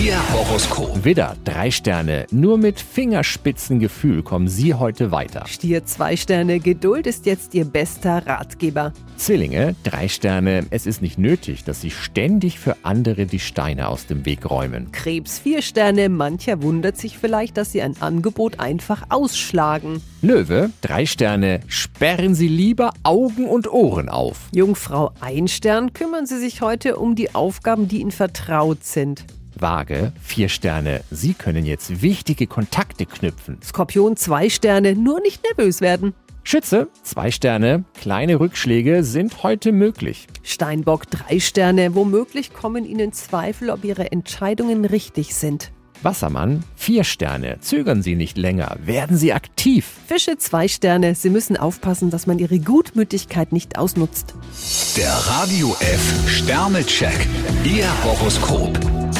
Ihr Horoskop. Widder, drei Sterne. Nur mit Fingerspitzengefühl kommen Sie heute weiter. Stier zwei Sterne, Geduld ist jetzt Ihr bester Ratgeber. Zwillinge, drei Sterne. Es ist nicht nötig, dass Sie ständig für andere die Steine aus dem Weg räumen. Krebs vier Sterne, mancher wundert sich vielleicht, dass Sie ein Angebot einfach ausschlagen. Löwe, drei Sterne. Sperren Sie lieber Augen und Ohren auf. Jungfrau ein Stern, kümmern Sie sich heute um die Aufgaben, die Ihnen vertraut sind. Waage, vier Sterne. Sie können jetzt wichtige Kontakte knüpfen. Skorpion zwei Sterne, nur nicht nervös werden. Schütze, zwei Sterne. Kleine Rückschläge sind heute möglich. Steinbock drei Sterne, womöglich kommen Ihnen Zweifel, ob Ihre Entscheidungen richtig sind. Wassermann, vier Sterne. Zögern Sie nicht länger. Werden Sie aktiv. Fische zwei Sterne, Sie müssen aufpassen, dass man Ihre Gutmütigkeit nicht ausnutzt. Der Radio F Sternecheck. Ihr Horoskop.